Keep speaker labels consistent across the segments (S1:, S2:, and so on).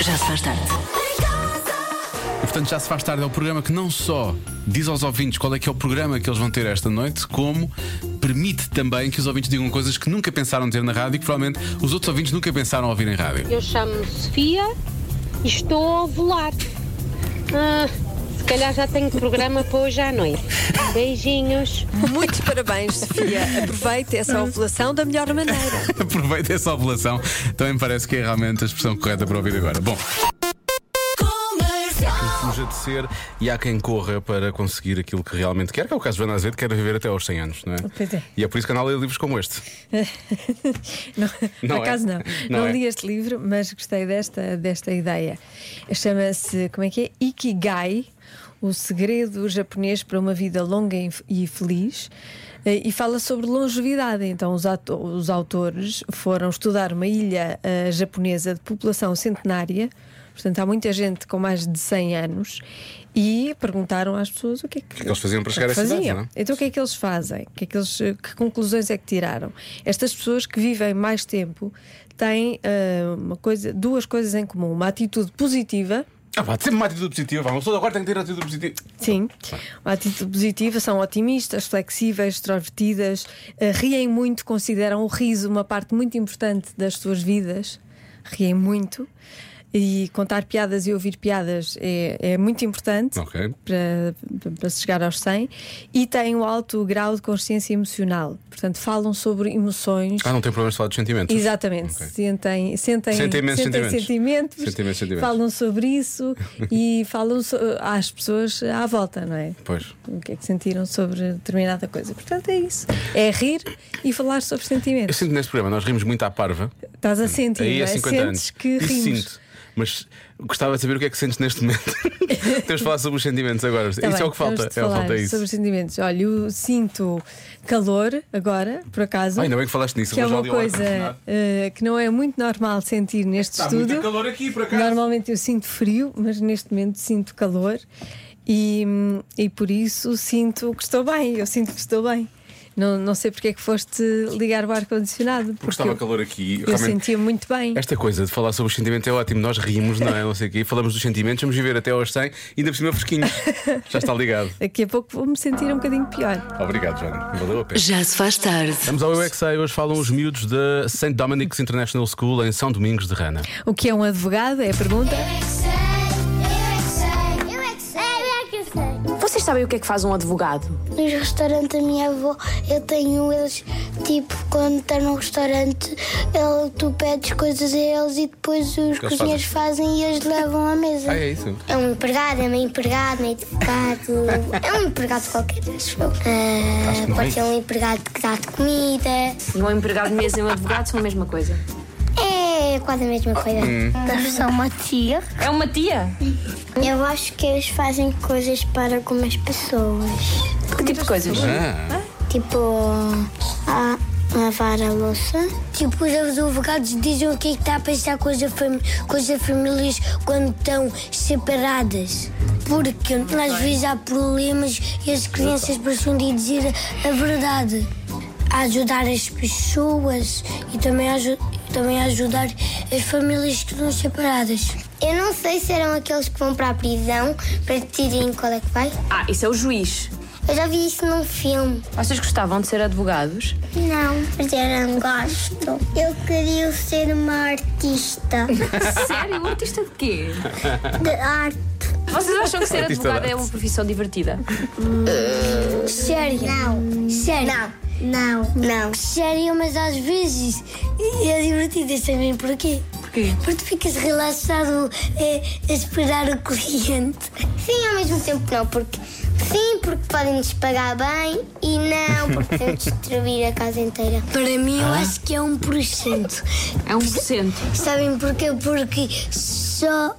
S1: Já se faz tarde.
S2: E, portanto, já se faz tarde. É o programa que não só diz aos ouvintes qual é que é o programa que eles vão ter esta noite, como permite também que os ouvintes digam coisas que nunca pensaram ter na rádio e que provavelmente os outros ouvintes nunca pensaram ouvir em rádio.
S3: Eu chamo-me Sofia e estou a volar. Ah, se calhar já tenho programa para hoje à noite. Beijinhos.
S4: Muitos parabéns, Sofia. Aproveite essa ovulação da melhor maneira.
S2: Aproveita essa ovulação. Também me parece que é realmente a expressão correta para ouvir agora. Bom. Há quem fuja de ser e há quem corra para conseguir aquilo que realmente quer, que é o caso de Joana Azevedo, quer viver até aos 100 anos, não é?
S5: Pois é.
S2: E é por isso que anda a ler livros como este.
S5: Não,
S2: Não
S5: por
S2: é?
S5: acaso não.
S2: Não
S5: Não,
S2: é?
S5: li este livro, mas gostei desta, desta ideia. Chama-se, como é que é? Ikigai, o segredo japonês para uma vida longa e- e feliz. Eh, E fala sobre longevidade. Então, os, ato- os autores foram estudar uma ilha eh, japonesa de população centenária, portanto, há muita gente com mais de 100 anos, e perguntaram às pessoas o que é que,
S2: que é que eles faziam para chegar a essa idade,
S5: faziam.
S2: não é?
S5: Então o que é que eles fazem? O Que, é que, eles, eh, que conclusões é que tiraram? Estas pessoas que vivem mais tempo têm eh, uma coisa, duas coisas em comum: uma atitude positiva.
S2: Ah, pá, sempre uma atitude positiva. vá, Uma pessoa agora tem que ter atitude positiva.
S5: Sim,
S2: Tá
S5: uma atitude positiva, são otimistas, flexíveis, extrovertidas, eh, riem muito, consideram o riso uma parte muito importante das suas vidas, riem muito, e contar piadas e ouvir piadas é, é muito importante
S2: Ok.
S5: para, para se chegar aos 100 e têm um alto grau de consciência emocional. Portanto, falam sobre emoções.
S2: Ah, não tem problemas de falar dos sentimentos.
S5: Exatamente,
S2: Ok.
S5: sentem, sentem,
S2: Sentem imensos
S5: sentem
S2: sentimentos.
S5: sentimentos,
S2: Sentem imensos sentimentos.
S5: falam sobre isso e falam so- às pessoas à volta, não é?
S2: Pois.
S5: O que é que sentiram sobre determinada coisa? Portanto, é isso. É rir e falar sobre
S2: Eu
S5: sentimentos.
S2: sinto neste programa, nós rimos muito à parva.
S5: Estás a sentir,
S2: Aí
S5: não
S2: há
S5: é?
S2: 50
S5: Sentes
S2: anos.
S5: que
S2: Isso
S5: rimos.
S2: sinto. Mas gostava de saber o que é que sentes neste momento. Temos de falar sobre os sentimentos agora.
S5: Tá
S2: isso é
S5: bem,
S2: o que falta.
S5: temos de
S2: É o que
S5: falar
S2: falta é
S5: Sobre
S2: isso.
S5: os sentimentos. Olha, eu sinto calor agora, por acaso.
S2: Ah, ainda bem que falaste nisso.
S5: que é
S2: Vamos lá
S5: uma
S2: ali ao
S5: coisa
S2: ar-condicionado.
S5: eh, que não é muito normal sentir neste
S2: Está
S5: estúdio.
S2: Tá, muito calor aqui, por acaso.
S5: Normalmente eu sinto frio, mas neste momento sinto calor e, hum, e por isso sinto que estou bem. Eu sinto que estou bem. Não, não sei porque é que foste ligar o ar-condicionado.
S2: Porque estava calor aqui.
S5: Eu
S2: realmente-
S5: sentia muito bem.
S2: Esta coisa de falar sobre os sentimentos é ótimo. Nós rimos, não é? Não sei o quê. Falamos dos sentimentos, vamos viver até aos 100 e ainda por cima fresquinhos. Já está ligado.
S5: Daqui a pouco vou-me sentir um bocadinho pior.
S2: Obrigado, Joana. Valeu a pena.
S1: Já se faz tarde.
S2: Vamos ao UXA. Hoje falam os miúdos da St. Dominic's International School em São Domingos de Rana.
S5: O que é um advogado? É a pergunta.
S6: é
S7: Vocês sabem o que é que faz um advogado?
S6: Nos restaurantes da minha avó, eu tenho eles, tipo, quando está num restaurante, ele- tu pedes coisas a eles e depois os cozinheiros fazem. e eles levam à mesa.
S2: Ah, é isso?
S6: É um empregado, é uma empregada, um empregado. é um empregado qualquer, acho eu. Ah, pode ser um empregado que dá de comida.
S7: Um empregado de mesa e um advogado são a mesma coisa.
S6: É quase a mesma coisa. Nós somos uma tia.
S7: É uma tia?
S6: Eu acho que eles fazem coisas para algumas pessoas.
S7: Que tipo de coisas?
S2: Ah,
S6: Tipo, a lavar a louça. Tipo, os advogados dizem o que é que está a pensar com as, fam- com as famílias quando estão separadas. Porque às vezes há problemas e as crianças precisam de dizer a verdade. A ajudar as pessoas e também, aju- e também ajudar as famílias que estão separadas. Eu não sei se eram aqueles que vão para a prisão para decidirem qual é que vai.
S7: Ah, isso é o juiz.
S6: Eu já vi isso num filme.
S7: Vocês gostavam de ser advogados?
S6: Não, mas eu não gosto. Eu queria ser uma artista
S7: Sério? Um artista de quê?
S6: de arte.
S7: Vocês acham que ser
S2: Um Artista de
S7: advogado é
S2: arte.
S7: uma profissão divertida?
S6: Sério? Não. Sério? Não. Não. Não. Sério, mas às vezes é divertido também. Porquê?
S7: Porquê?
S6: Porque ficas relaxado a, a esperar o cliente. Sim, ao mesmo tempo não, porque... Sim, porque podem-nos pagar bem e não porque podem destruir a casa inteira. Para mim, eu acho que é um porcento.
S7: É um porcento.
S6: Sabem porquê? Porque só,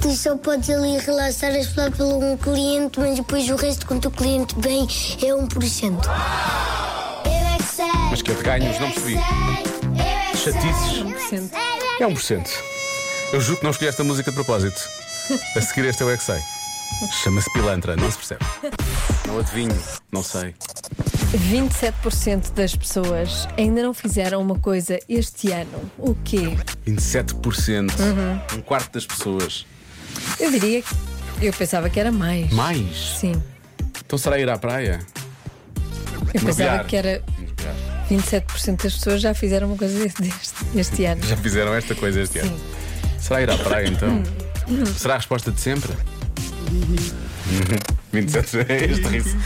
S6: tu só podes ali relaxar as falar pelo um cliente, mas depois o resto, quando o cliente vem, é 1%. Eu é que sei.
S2: Mas que é de ganhos, não percebi. Chatices. é 1%. Eu juro que não escolhi esta música de propósito. A seguir, este é o UXA. Chama-se Pilantra, não se percebe. É outro vinho, não sei.
S5: 27% das pessoas ainda não fizeram uma coisa este ano. O quê?
S2: 27%. Um quarto das pessoas.
S5: Eu diria que. Eu pensava que era mais.
S2: Mais?
S5: Sim.
S2: Então será ir à praia?
S5: Eu pensava
S2: Mergulhar.
S5: que era
S2: Mergulhar.
S5: 27% das pessoas já fizeram uma coisa deste, deste- deste ano.
S2: Já fizeram esta coisa este ano. Será ir à praia então? Será a resposta de sempre? 27, é este riso. Uhum.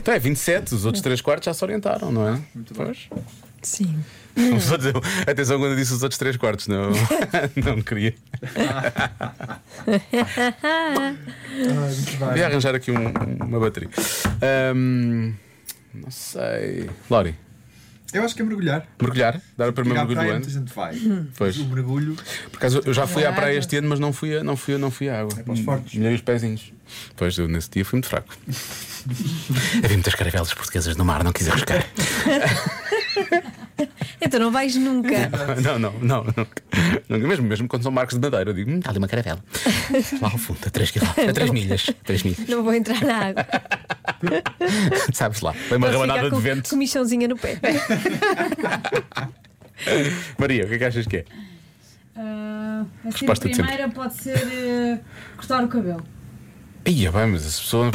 S2: então é 27, os outros 3 quartos já se orientaram, não é? Muito pois.
S5: Sim.
S2: Os outros- um- atenção quando eu disse os outros 3 quartos, não, não queria. Devia arranjar aqui um- uma bateria. Ahm, não sei. Lori,
S1: Eu acho que é mergulhar.
S2: mergulhar, dar o
S1: Porque
S2: primeiro
S1: à
S2: mergulho do
S1: praia
S2: ano.
S1: muita gente vai.
S2: Pois.
S1: O mergulho
S2: Por acaso eu já fui à
S5: Claro.
S2: praia este ano, mas não fui a, não fui a, não fui à água.
S1: É para os fortes.
S2: Molhei os pezinhos. Pois eu nesse dia fui muito fraco. Havia muitas caravelas portuguesas no mar, não quis arriscar.
S5: Então não vais nunca.
S2: não, não, não, não. Não, Mesmo, mesmo quando são marcos de madeira, eu digo: "Hum, há ali uma caravela. Lá ao fundo, a 3 quilómetros, a 3 milhas. 3 milhas.
S5: Não vou entrar na água.
S2: Sabes lá, tem uma
S5: Posso
S2: rabanada
S5: ficar com,
S2: de vento.
S5: Com michãozinha no pé.
S2: Maria, o que é que achas que é?
S8: Ah, assim,
S2: Resposta de sempre.
S8: primeira pode ser eh, cortar o cabelo.
S2: Ia bem, mas as pessoas.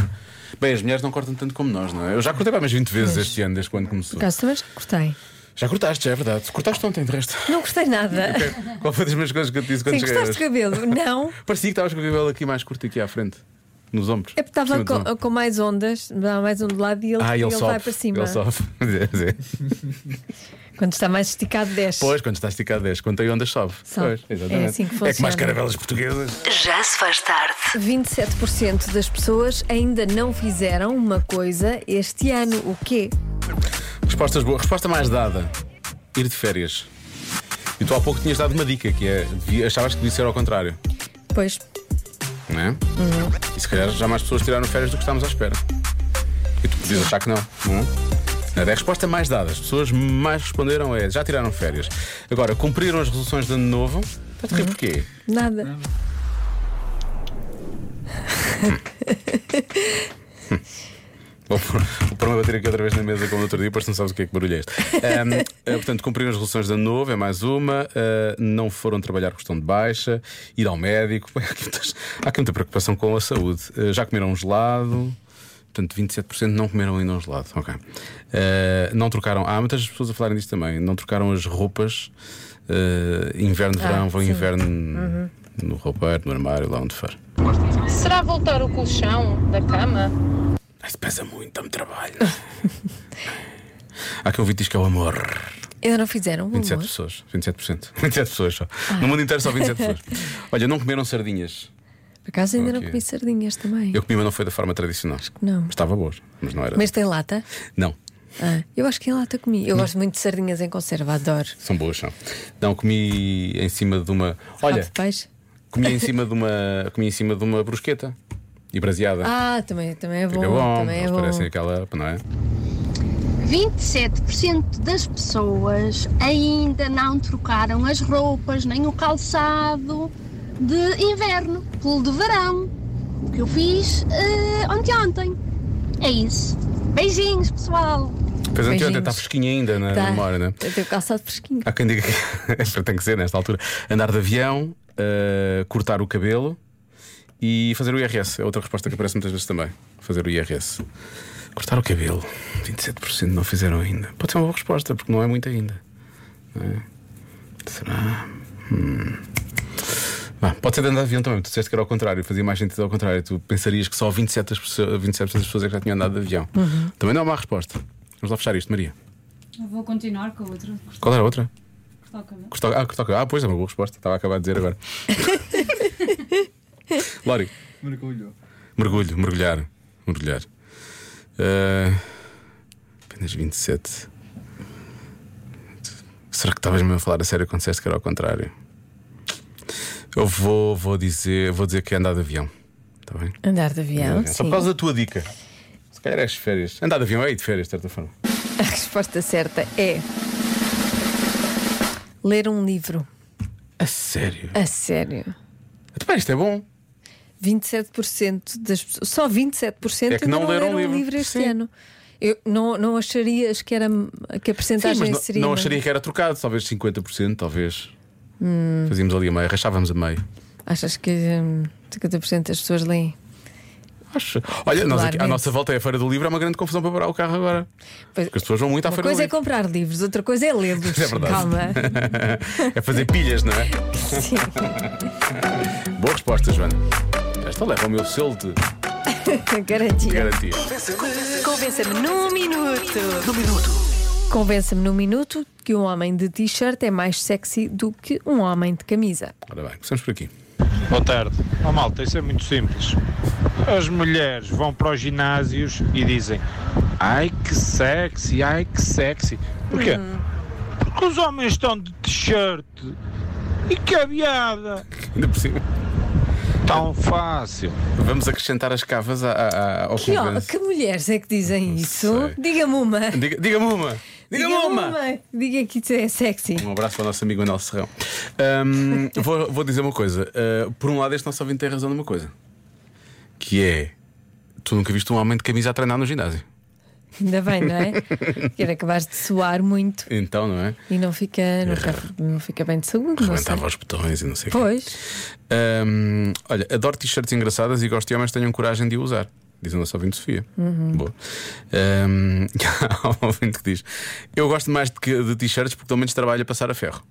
S2: Bem, as mulheres não cortam tanto como nós, não é? Eu já cortei para mais 20 vezes este ano, desde quando começou.
S5: Por acaso também já cortei.
S2: Já cortaste, já é verdade. Cortaste ontem, de resto.
S5: Não gostei nada.
S2: Qual foi das primeiras coisas que eu te disse quando
S5: Sim,
S2: cheguei?
S5: gostaste de
S2: hoje?
S5: cabelo? Não.
S2: Parecia que estavas com o cabelo aqui mais curto aqui à frente, nos ombros.
S5: É porque estava
S2: Por cima dos
S5: com,
S2: ombros.
S5: com mais ondas, dá mais ondulado e ele,
S2: Ah,
S5: e
S2: ele,
S5: ele
S2: sobe,
S5: vai para cima.
S2: Ele sobe.
S5: Quando está mais esticado, desce.
S2: Pois, quando está esticado 10, quando tem ondas, sobe.
S5: Sobe.
S2: Pois,
S5: É
S2: exatamente.
S5: assim que
S2: É que mais
S5: funciona.
S2: caravelas portuguesas.
S9: Já se faz tarde.
S5: 27% das pessoas ainda não fizeram uma coisa este ano. O quê?
S2: Respostas boas. Resposta mais dada: ir de férias. E tu há pouco tinhas dado uma dica que é: devia- achavas que devia ser ao contrário,
S5: Pois,
S2: não é? E se calhar já mais pessoas tiraram férias do que estávamos à espera. E tu podias achar que não, não é? Nada, A resposta mais dada, as pessoas mais responderam é: já tiraram férias. Agora, cumpriram as resoluções de ano novo. Estás a rir porquê?
S5: nada.
S2: Vou pôr- vou pôr-me a é bater aqui outra vez na mesa como no outro dia, depois não sabes o que é que barulho é este. Ahm, eh, portanto, cumpriram as resoluções da nuvem, é mais uma. Ah, não foram trabalhar com estão de baixa, ir ao médico. Bem, há, aqui muitas- há aqui muita preocupação com a saúde. Ah, já comeram um gelado. Portanto, 27% não comeram ainda um gelado. Ok. Ah, não trocaram. Há muitas pessoas a falarem disto também. Não trocaram as roupas. Ah, inverno, verão, vão inverno no roupeiro, no armário, lá onde for.
S3: Será voltar o colchão da cama?
S2: Ah, Isso pesa muito, dá-me trabalho. Há quem ouvir diz que é o amor.
S5: Ainda não fizeram um o
S2: 27
S5: amor. Ah.
S2: pessoas. 27%. 27 pessoas só. No mundo inteiro só 27 pessoas. Olha, não comeram sardinhas.
S5: Por acaso ainda não
S2: Ok.
S5: comi sardinhas também.
S2: Eu comi, mas não foi da forma tradicional.
S5: não.
S2: Estava boas, mas não era.
S5: Mas tem lata?
S2: Não,
S5: Ah, eu acho que em lata comi.
S2: Hum.
S5: Eu gosto muito de sardinhas em conserva, adoro.
S2: são boas, são. Não, comi em cima de uma.
S5: Ah,
S2: Olha,
S5: de peixe?
S2: comi em cima de uma. Comi em cima de uma brusqueta e braseada.
S5: Ah, também, também é bom.
S2: Fica bom,
S5: também é
S2: eles
S5: bom.
S2: parecem aquela. Não é?
S10: 27% das pessoas ainda não trocaram as roupas nem o calçado de inverno pelo de verão, que eu fiz eh, ontem ontem. É isso. Beijinhos, pessoal!
S2: Pois anteontem
S5: Beijinhos.
S2: está fresquinha ainda na, na
S5: Tá.
S2: memória, não é?
S5: Eu tenho o calçado fresquinho.
S2: Há quem diga que Espera, tem que ser nesta altura. Andar de avião, uh, cortar o cabelo e fazer o IRS. É outra resposta que aparece muitas vezes também. Fazer o IRS. Cortar o cabelo. 27% não fizeram ainda. Pode ser uma boa resposta, porque não é muito ainda. Não é? Será? Hum. Vá, pode ser de andar de avião também. Tu disseste que era ao contrário, fazia mais sentido ao contrário. Tu pensarias que só 27%, das pessoas, 27 das pessoas é que já tinham andado de avião. Também não é uma má resposta. Vamos lá fechar isto, Maria.
S8: Eu vou continuar com a outra, cortar,
S2: Qual era a outra?
S8: cortar o cabelo.
S2: Cortar- ah, cortar o cabelo. Ah, pois é uma boa resposta. Estava a acabar de dizer agora. Lori,
S1: Mergulho.
S2: mergulho, mergulhar. Mergulhar. Ah, apenas 27. Será que estavas mesmo a falar a sério quando disseste que era ao contrário? Eu vou, vou, dizer, vou dizer que é andar de avião. Está bem?
S5: Andar de avião.
S2: Só
S5: É, sim.
S2: por causa da tua dica. Se calhar és de férias. Andar de avião é ir de férias, de certa forma.
S5: A resposta certa é. Ler um livro.
S2: A sério?
S5: A sério.
S2: Então, pá, isto é bom.
S5: 27% das pessoas. Só 27%
S2: É que
S5: ainda
S2: não
S5: não
S2: leram
S5: leram
S2: um
S5: um
S2: livro.
S5: livro este
S2: Sim.
S5: ano. Eu não, não acharias que, era, que a
S2: Sim,
S5: percentagem
S2: mas não,
S5: seria.
S2: não acharia que era trocado, talvez 50%, talvez.
S5: Hum.
S2: Fazíamos ali a meio, rachávamos a meio.
S5: Achas que hum, 50% das pessoas leem?
S2: Acho. Olha, nós aqui, à
S5: Regularmente.
S2: nossa volta é a Feira do Livro, há uma grande confusão para parar o carro agora.
S5: Pois-
S2: Porque as pessoas vão muito à
S5: Uma
S2: Feira do
S5: coisa é
S2: Livro.
S5: comprar livros, outra coisa é lê-los.
S2: É verdade.
S5: Calma.
S2: É fazer pilhas, não é?
S5: Sim.
S2: Boa resposta, Joana. Esta leva o meu selo de
S5: Garantia.
S2: garantia.
S4: Convença-me num minuto.
S5: Convença-me num minuto que um homem de t-shirt é mais sexy do que um homem de camisa.
S2: Ora bem, começamos por aqui.
S9: Boa tarde. Oh, malta, isso é muito simples. As mulheres vão para os ginásios e dizem Ai que sexy, ai que sexy. Porquê? Porque os homens estão de t-shirt e cabeada.
S2: Ainda por cima.
S9: Tão fácil.
S2: Vamos acrescentar as cavas à, à, à- ao
S5: Que, ó,
S2: convenço.
S5: que mulheres é que dizem isso?
S2: sei.
S5: Diga-me uma.
S2: Diga- Diga-me uma! Diga-me uma!
S5: Diga que isso é sexy.
S2: Um abraço para o nosso amigo Anel Serrão. Ahm, vou, vou dizer uma coisa. Ah, por um lado, este nosso ouvinte tem razão numa coisa: que é. Tu nunca viste um homem de camisa a treinar no ginásio.
S5: Ainda bem, não é? Porque era capaz de suar muito
S2: Então, não é?
S5: e não fica, não fica, não fica bem de saúde. Não sei.
S2: Levantava os botões e não sei o quê.
S5: Pois,
S2: Ahm, olha, adoro t-shirts engraçadas e gosto de homens que tenham coragem de o usar. Diz a nossa ouvinte Sofia.
S5: Uhum.
S2: Boa. Ahm, há um ouvinte que diz: Eu gosto mais de, que- de t-shirts porque pelo menos trabalho a passar a ferro.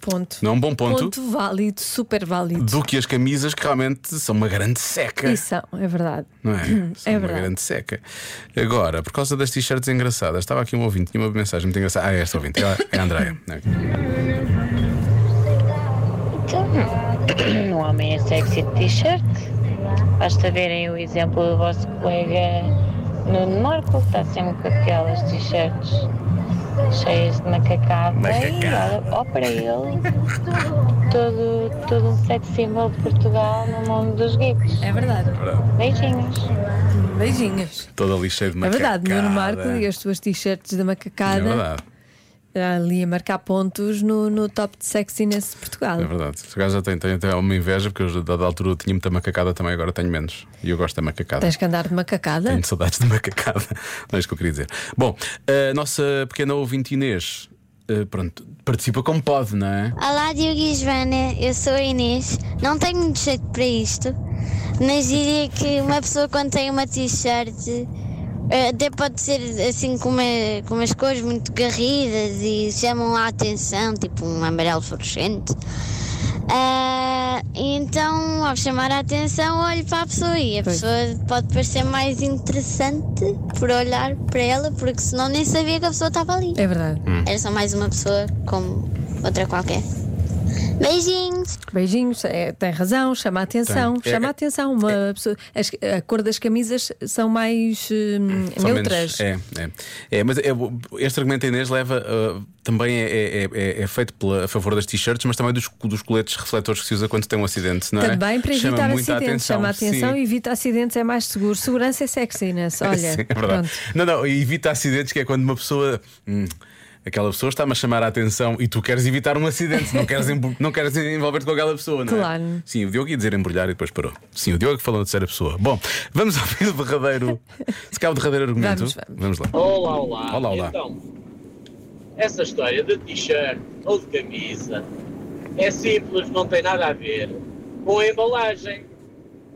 S5: ponto.
S2: Não é um bom ponto,
S5: Ponto válido, super válido.
S2: do que as camisas que realmente são uma grande seca.
S5: Isso é verdade.
S2: Não é? São uma
S5: verdade.
S2: grande seca. Agora, por causa das t-shirts engraçadas, estava aqui um ouvinte, tinha uma mensagem muito engraçada. Ah, é esta ouvinte, é a- é a Andrea.
S3: Um homem é sexy de t-shirt. Basta verem o exemplo do vosso colega Nuno Marco, que está sempre com aquelas t-shirts cheias de macacada.
S2: Macacada.
S3: E olha, ó para ele, todo, todo um sex symbol de Portugal no mundo dos geeks.
S5: É verdade.
S3: Beijinhos.
S5: Beijinhos.
S2: Toda ali cheia de
S5: É
S2: macacada.
S5: verdade, Nuno Marco e as tuas t-shirts da
S2: É
S5: macacada
S2: verdade.
S5: ali a marcar pontos no, no top de sexiness de
S2: É
S5: Portugal.
S2: verdade. Por acaso já tenho, tenho até uma inveja, porque eu, da, da altura eu tinha muita macacada também, agora tenho menos. E eu gosto da macacada.
S5: Tens que andar de macacada?
S2: Tenho saudades de macacada. Não é isso que eu queria dizer. Bom, a nossa pequena ouvinte Inês, eh, pronto, participa como pode, não é?
S6: Olá, Diogo e Joana, eu sou a Inês. Não tenho muito jeito para isto, mas diria que uma pessoa quando tem uma t-shirt eh, até pode ser assim com, uma, com umas cores muito garridas e chamam a atenção, tipo um amarelo fluorescente. Ah, então, ao chamar a atenção, olho para a pessoa e a pessoa pode parecer mais interessante por olhar para ela, porque senão nem sabia que a pessoa estava ali.
S5: É verdade.
S6: Era só mais uma pessoa como outra qualquer. Beijinhos!
S5: Beijinhos, é, tem razão, chama a atenção.
S2: Tem. É-
S5: Chama a atenção. Uma pessoa, as- a cor das camisas são mais hum,
S2: São
S5: neutras.
S2: menos- é, é. É, mas é- este argumento da Inês leva ah, também é, é- é- é feito pela- a favor das t-shirts, mas também dos, dos coletes refletores que se usa quando tem um acidente, não é?
S5: Também para
S2: Chama
S5: evitar
S2: muita
S5: acidentes, chama a atenção
S2: sim.
S5: e evita acidentes, é mais seguro. Segurança é sexiness, olha.
S2: Sim, é
S5: pronto.
S2: verdade. Não, não, e evita acidentes, que é quando uma pessoa. hum, aquela pessoa está-me a chamar a atenção e tu queres evitar um acidente, não queres, embu- não queres envolver-te com aquela pessoa, não é?
S5: Claro.
S2: Sim, o Diogo ia dizer embrulhar e depois parou. Sim, o Diogo é falou de ser a pessoa. Bom, vamos ouvir o derradeiro. Se calhar o derradeiro argumento.
S5: Vamos,
S2: vamos. lá.
S9: Olá, olá.
S2: Olá, olá.
S9: Então, essa história de t-shirt ou de camisa é simples, não tem nada a ver com a embalagem.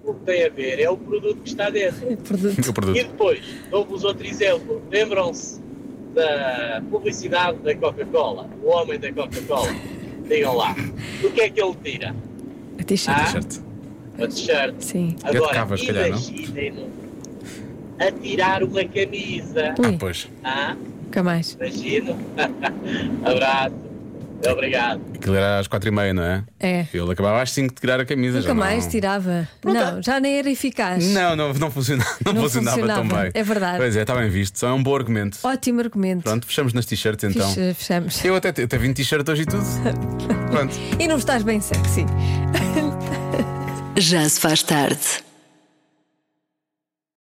S9: O que tem a ver é o produto que está dentro.
S2: O
S9: E
S2: produto.
S9: depois, dou-vos outro exemplo. Lembram-se da publicidade da Coca-Cola, o homem da Coca-Cola. Digam lá, o que é que ele tira?
S5: A t-shirt.
S9: Ah.
S2: T-shirt.
S9: Uma t-shirt.
S5: Sim.
S2: de
S9: Agora,
S2: cavas, se calhar, não?
S9: imaginem-no a tirar uma camisa.
S5: Ui,
S2: Pois,
S9: Ah,
S5: nunca mais.
S9: imagino. Abraço. Obrigado.
S2: aquilo era às quatro e meia, não é?
S5: É.
S2: Ele acabava às 5 de tirar a camisa. já
S5: Nunca mais
S2: não...
S5: tirava. não, já nem era eficaz.
S2: Não, não, não, funciona, não,
S5: Não
S2: funcionava, tão
S5: funcionava,
S2: bem.
S5: é verdade.
S2: Pois é, está bem visto. Só é um bom argumento.
S5: Ótimo argumento.
S2: Pronto, fechamos nas t-shirts então.
S5: Fecha- Fechamos.
S2: Eu até, até vim de t-shirt hoje e tudo. Pronto.
S5: E não estás bem sexy.
S7: Já se faz tarde.